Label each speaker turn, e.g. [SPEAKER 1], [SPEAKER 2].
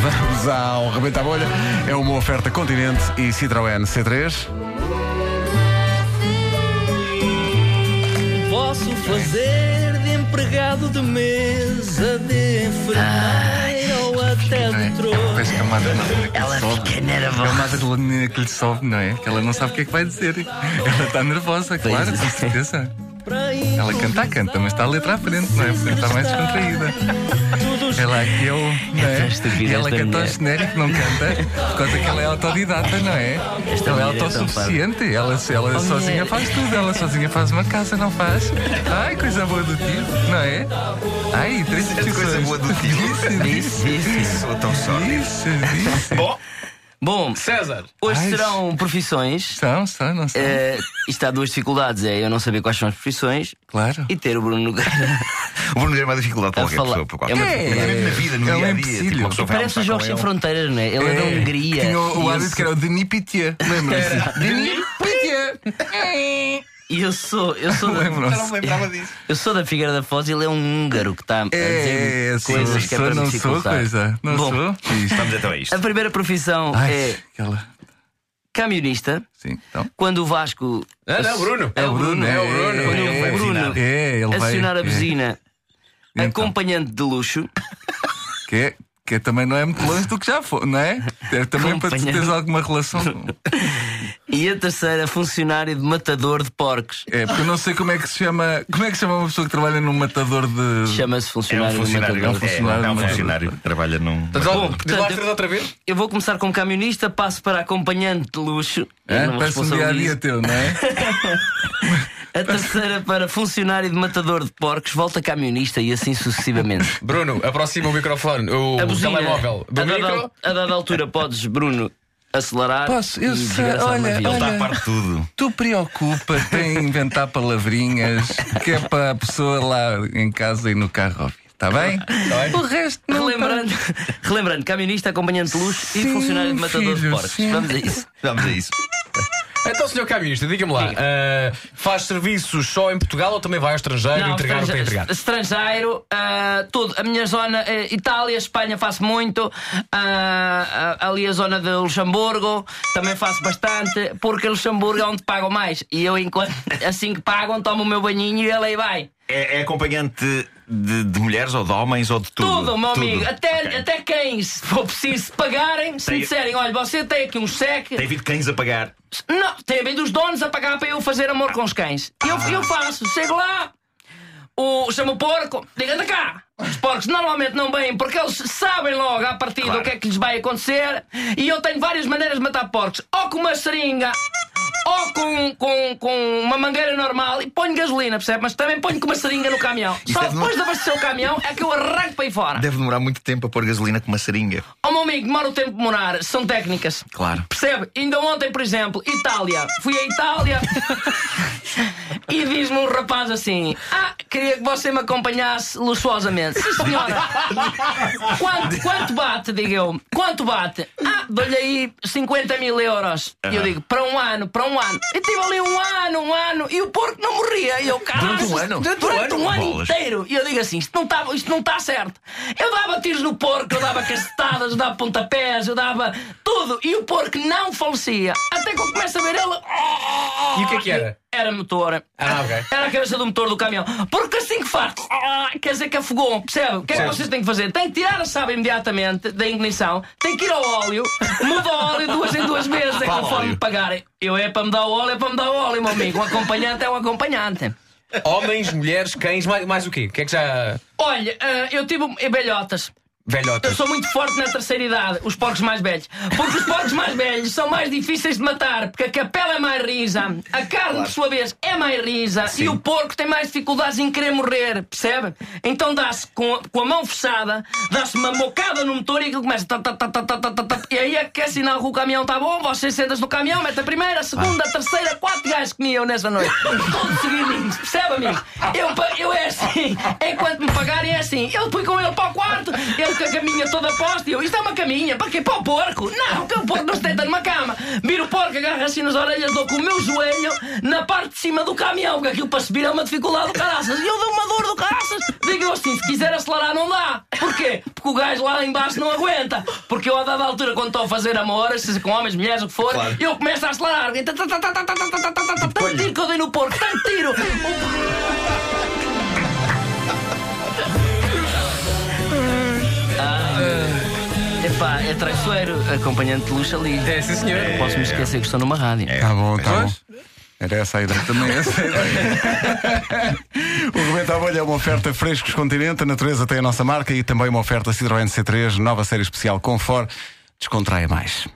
[SPEAKER 1] Vamos ao Rebenta a Bolha. É uma oferta Continente e Citroën C3.
[SPEAKER 2] Posso fazer de empregado de mesa, de enfermeira ou até
[SPEAKER 1] É.
[SPEAKER 3] é?
[SPEAKER 2] de trono.
[SPEAKER 3] Parece que a camada
[SPEAKER 4] Ela fica
[SPEAKER 3] A
[SPEAKER 4] nervosa.
[SPEAKER 3] camada de melanina que lhe sobe, não é? Que ela não sabe o que é que vai dizer. Ela está nervosa, claro,
[SPEAKER 4] é.
[SPEAKER 3] com certeza.
[SPEAKER 2] Para
[SPEAKER 3] Ela canta, canta, mas está a letra à frente, não é? Portanto, está mais descontraída.
[SPEAKER 2] Tudo
[SPEAKER 3] Ela aqui é o. Não
[SPEAKER 4] Esta
[SPEAKER 3] é?
[SPEAKER 4] estupidez
[SPEAKER 3] E ela
[SPEAKER 4] da
[SPEAKER 3] canta o
[SPEAKER 4] mulher.
[SPEAKER 3] genérico, não canta, por causa que ela é autodidata, não é?
[SPEAKER 4] Esta
[SPEAKER 3] Ela é
[SPEAKER 4] mulher é tão Oh,
[SPEAKER 3] autossuficiente, ela, ela sozinha faz tudo, ela sozinha faz uma casa, não faz? Ai, coisa boa do tio, não é? Ai, três
[SPEAKER 5] Coisa
[SPEAKER 3] discussões.
[SPEAKER 5] boa do tio.
[SPEAKER 3] Disse, disse, disse.
[SPEAKER 5] Sou tão só.
[SPEAKER 3] Disse, disse.
[SPEAKER 4] Bom,
[SPEAKER 6] César,
[SPEAKER 4] hoje
[SPEAKER 3] Ai.
[SPEAKER 4] serão profissões.
[SPEAKER 3] São, são, não são.
[SPEAKER 4] Eh, isto há duas dificuldades: é eu não saber quais são as profissões
[SPEAKER 3] Claro.
[SPEAKER 4] e ter o Bruno Nogueira.
[SPEAKER 5] O Bruno Guerra é uma dificuldade para
[SPEAKER 4] A
[SPEAKER 5] qualquer
[SPEAKER 4] falar.
[SPEAKER 5] pessoa. Para qualquer
[SPEAKER 4] É uma
[SPEAKER 5] pessoa.
[SPEAKER 4] dificuldade.
[SPEAKER 5] Mesmo na vida, no
[SPEAKER 3] É um
[SPEAKER 5] dia a dia.
[SPEAKER 3] empecilho.
[SPEAKER 5] Tipo, uma pessoa vai
[SPEAKER 4] Parece os
[SPEAKER 5] almoçar
[SPEAKER 4] Jogos Sem
[SPEAKER 5] com ele.
[SPEAKER 4] Fronteiras, não é? Ele é da
[SPEAKER 3] É,
[SPEAKER 4] Hungria.
[SPEAKER 3] Tinha o, o
[SPEAKER 4] e eu
[SPEAKER 3] hábito que era o Denis Pitié. Lembra-se? Denis Pitié.
[SPEAKER 4] E eu sou, eu sou,
[SPEAKER 3] Lembram-se?
[SPEAKER 4] da,
[SPEAKER 5] Não me lembrava disso.
[SPEAKER 4] eu sou da Figueira da Foz e ele é um húngaro que está a dizer
[SPEAKER 3] É, sou,
[SPEAKER 4] coisas que é
[SPEAKER 3] sou,
[SPEAKER 4] para me
[SPEAKER 3] não sou
[SPEAKER 4] dificultar.
[SPEAKER 3] coisa. Não
[SPEAKER 4] Bom,
[SPEAKER 3] sou. Isto.
[SPEAKER 5] Vamos então a isto.
[SPEAKER 4] A primeira profissão
[SPEAKER 3] Ai,
[SPEAKER 4] é
[SPEAKER 3] aquela.
[SPEAKER 4] camionista.
[SPEAKER 3] Sim, então.
[SPEAKER 4] Quando o Vasco.
[SPEAKER 6] Não,
[SPEAKER 5] Ah,
[SPEAKER 6] não, Ah, Bruno.
[SPEAKER 4] É o Bruno.
[SPEAKER 3] é o Bruno.
[SPEAKER 4] Quando o
[SPEAKER 3] é,
[SPEAKER 4] Bruno
[SPEAKER 3] é, ele vai-
[SPEAKER 4] acionar a
[SPEAKER 3] é.
[SPEAKER 4] buzina.
[SPEAKER 3] Então.
[SPEAKER 4] Acompanhante de luxo.
[SPEAKER 3] Que, é, que é também não é muito longe do que já foi, não é? Deve também para
[SPEAKER 4] Acompanhando.
[SPEAKER 3] teres alguma relação.
[SPEAKER 4] E a terceira, funcionário de matador de porcos.
[SPEAKER 3] É, porque eu não sei como é que se chama. Como é que se chama uma pessoa que trabalha num matador de.
[SPEAKER 4] Chama-se
[SPEAKER 5] É um
[SPEAKER 4] funcionário, de
[SPEAKER 5] funcionário. É um
[SPEAKER 4] matador. de
[SPEAKER 5] funcionário.
[SPEAKER 3] É,
[SPEAKER 5] É
[SPEAKER 3] é
[SPEAKER 5] um
[SPEAKER 3] um
[SPEAKER 5] funcionário que trabalha num.
[SPEAKER 6] Diz lá- diz lá
[SPEAKER 4] portanto,
[SPEAKER 6] as três outra vez.
[SPEAKER 4] Eu vou começar como camionista, passo para acompanhante de luxo. Eu
[SPEAKER 3] É,
[SPEAKER 4] não me
[SPEAKER 3] parece um dia a dia
[SPEAKER 4] responsabilizo.
[SPEAKER 3] teu, não é?
[SPEAKER 4] A terceira para funcionário de matador de porcos, volta camionista e assim sucessivamente.
[SPEAKER 6] Bruno, aproxima o microfone, o
[SPEAKER 4] A buzina.
[SPEAKER 6] telemóvel
[SPEAKER 4] a,
[SPEAKER 6] do
[SPEAKER 4] dada,
[SPEAKER 6] micro.
[SPEAKER 4] al- a dada altura podes, Bruno, acelerar.
[SPEAKER 3] Posso, eu
[SPEAKER 4] e
[SPEAKER 3] sei,
[SPEAKER 4] desgraçar uma
[SPEAKER 3] olha,
[SPEAKER 4] vida.
[SPEAKER 3] olha.
[SPEAKER 5] Está a par de tudo.
[SPEAKER 3] Tu preocupa em inventar palavrinhas que é para a pessoa lá em casa e no carro ouvir, está bem?
[SPEAKER 6] Tá bem.
[SPEAKER 3] O resto não.
[SPEAKER 4] Relembrando, relembrando, camionista, acompanhante de luxo e
[SPEAKER 3] Sim,
[SPEAKER 4] funcionário de matador de
[SPEAKER 3] filho,
[SPEAKER 4] porcos.
[SPEAKER 3] sim.
[SPEAKER 4] Vamos a isso.
[SPEAKER 5] Vamos a isso.
[SPEAKER 6] Então, senhor camionista, diga-me lá, ah, faz serviços só em Portugal ou também vai ao estrangeiro entregar o que tem a entregar?
[SPEAKER 4] estrangeiro, estrangeiro ah, tudo. A minha zona, eh, Itália, Espanha faço muito. Ah, ah, ali a zona de Luxemburgo também faço bastante, porque Luxemburgo é onde pagam mais. E eu, enquanto, assim que pagam, tomo o meu banhinho e ele aí vai.
[SPEAKER 5] É, é acompanhante de, de mulheres ou de homens ou de tudo?
[SPEAKER 4] Tudo, meu
[SPEAKER 5] Tudo.
[SPEAKER 4] amigo. Até,
[SPEAKER 5] Ok.
[SPEAKER 4] até quem, se for preciso, se pagarem, se
[SPEAKER 5] Tem-
[SPEAKER 4] me disserem, olha, você tem aqui um cheque.
[SPEAKER 5] Tem havido cães a pagar.
[SPEAKER 4] Não, tem havido os donos a pagar para eu fazer amor com os cães. E eu, eu faço, chego lá, o, chamo o porco, diga anda cá. Os porcos normalmente não vêm porque eles sabem logo à partida
[SPEAKER 5] Claro.
[SPEAKER 4] o que é que lhes vai acontecer. E eu tenho várias maneiras de matar porcos: ou com uma seringa, ou com, com, com uma mangueira normal. E ponho gasolina, percebe? Mas também ponho com uma seringa no caminhão. Só
[SPEAKER 5] deve não-
[SPEAKER 4] depois de abastecer o caminhão é que eu arranco para aí fora.
[SPEAKER 5] Deve demorar muito tempo a pôr gasolina com uma seringa.
[SPEAKER 4] Ó meu amigo, demora o tempo de morar, são técnicas.
[SPEAKER 5] Claro.
[SPEAKER 4] Percebe? Ainda ontem, por exemplo, Itália. Fui à Itália e diz-me um rapaz assim: Ah, queria que você me acompanhasse luxuosamente. Sim, senhora. quanto, quanto bate? Digo eu. Quanto bate? Ah, dou-lhe aí 50 mil euros. E eu digo: Para um ano, para um ano. E tive ali um ano, um ano. E o porco não morria. E eu, caralho.
[SPEAKER 3] Durante um ano?
[SPEAKER 4] Durante um ano
[SPEAKER 5] Bolas.
[SPEAKER 4] inteiro. E eu digo assim: isto não está isto não tá certo. Eu dava tiros no porco, eu dava cacetadas, eu dava pontapés, eu dava tudo. E o porco não falecia. Até que eu começo a ver ele.
[SPEAKER 6] E o que é que era?
[SPEAKER 4] Era motor.
[SPEAKER 6] Ah, ok.
[SPEAKER 4] Era a cabeça do motor do caminhão. Porque assim que faz, ah, quer dizer que afogou, percebe? O que é que vocês têm que fazer? Tem que tirar a saba imediatamente da ignição, tem que ir ao óleo, muda o óleo duas em duas vezes, é
[SPEAKER 5] Qual
[SPEAKER 4] conforme
[SPEAKER 5] óleo?
[SPEAKER 4] pagarem. Eu é para me dar o óleo, é para me dar o óleo, meu amigo. Um acompanhante é um acompanhante.
[SPEAKER 6] Homens, mulheres, cães, mais, mais o quê? O que é que já.
[SPEAKER 4] Olha, ah, eu tive um- velhotas. Eu
[SPEAKER 6] Velhotas.
[SPEAKER 4] sou muito forte na terceira idade, os porcos mais velhos. Porque os porcos mais velhos são mais difíceis de matar, porque a capela é mais risa, a carne, por sua vez, é mais risa e o porco tem mais dificuldades em querer morrer, percebe? Então dá-se com, a- com a mão fechada, dá-se uma mocada no motor e aquilo começa. tá, tá, tá, tá, tá, tá, tá, tá, e aí é que é sinal que o caminhão está bom, você sentas no caminhão, mete a primeira, a segunda, a terceira, quatro gajos comiam nessa noite. Todos seguidinhos, percebe, amigo? Eu, pa- eu é assim, enquanto me pagarem é assim. Eu fui com ele para o quarto, ele eu com a caminha toda posta e eu, isto é uma caminha, para quê? Para o porco? Não, que o porco não se deita numa cama. Viro o porco, agarro assim nas orelhas, dou com o meu joelho na parte de cima do caminhão, porque aquilo para subir é uma dificuldade do caraças. E eu dou uma dor do caraças. Digo eu assim, se quiser acelerar não dá. Porquê? Porque o gajo lá embaixo não aguenta. Porque eu a dada altura, quando estou a fazer amor, seja com homens, mulheres, o que for, eu começo a acelerar. Tanto tiro que eu dei no porco, tanto tiro. Ah, Epá, é traiçoeiro, acompanhante de luxo ali.
[SPEAKER 6] É, sim, senhor.
[SPEAKER 4] Posso me esquecer que estou numa rádio.
[SPEAKER 1] Tá bom, tá bom. Era essa a ideia também. Essa é a ideia. o Rebenta a Bolha é uma oferta Frescos Continente, a natureza tem a nossa marca e também uma oferta Citroën C3, nova série especial Confort. Descontraia mais.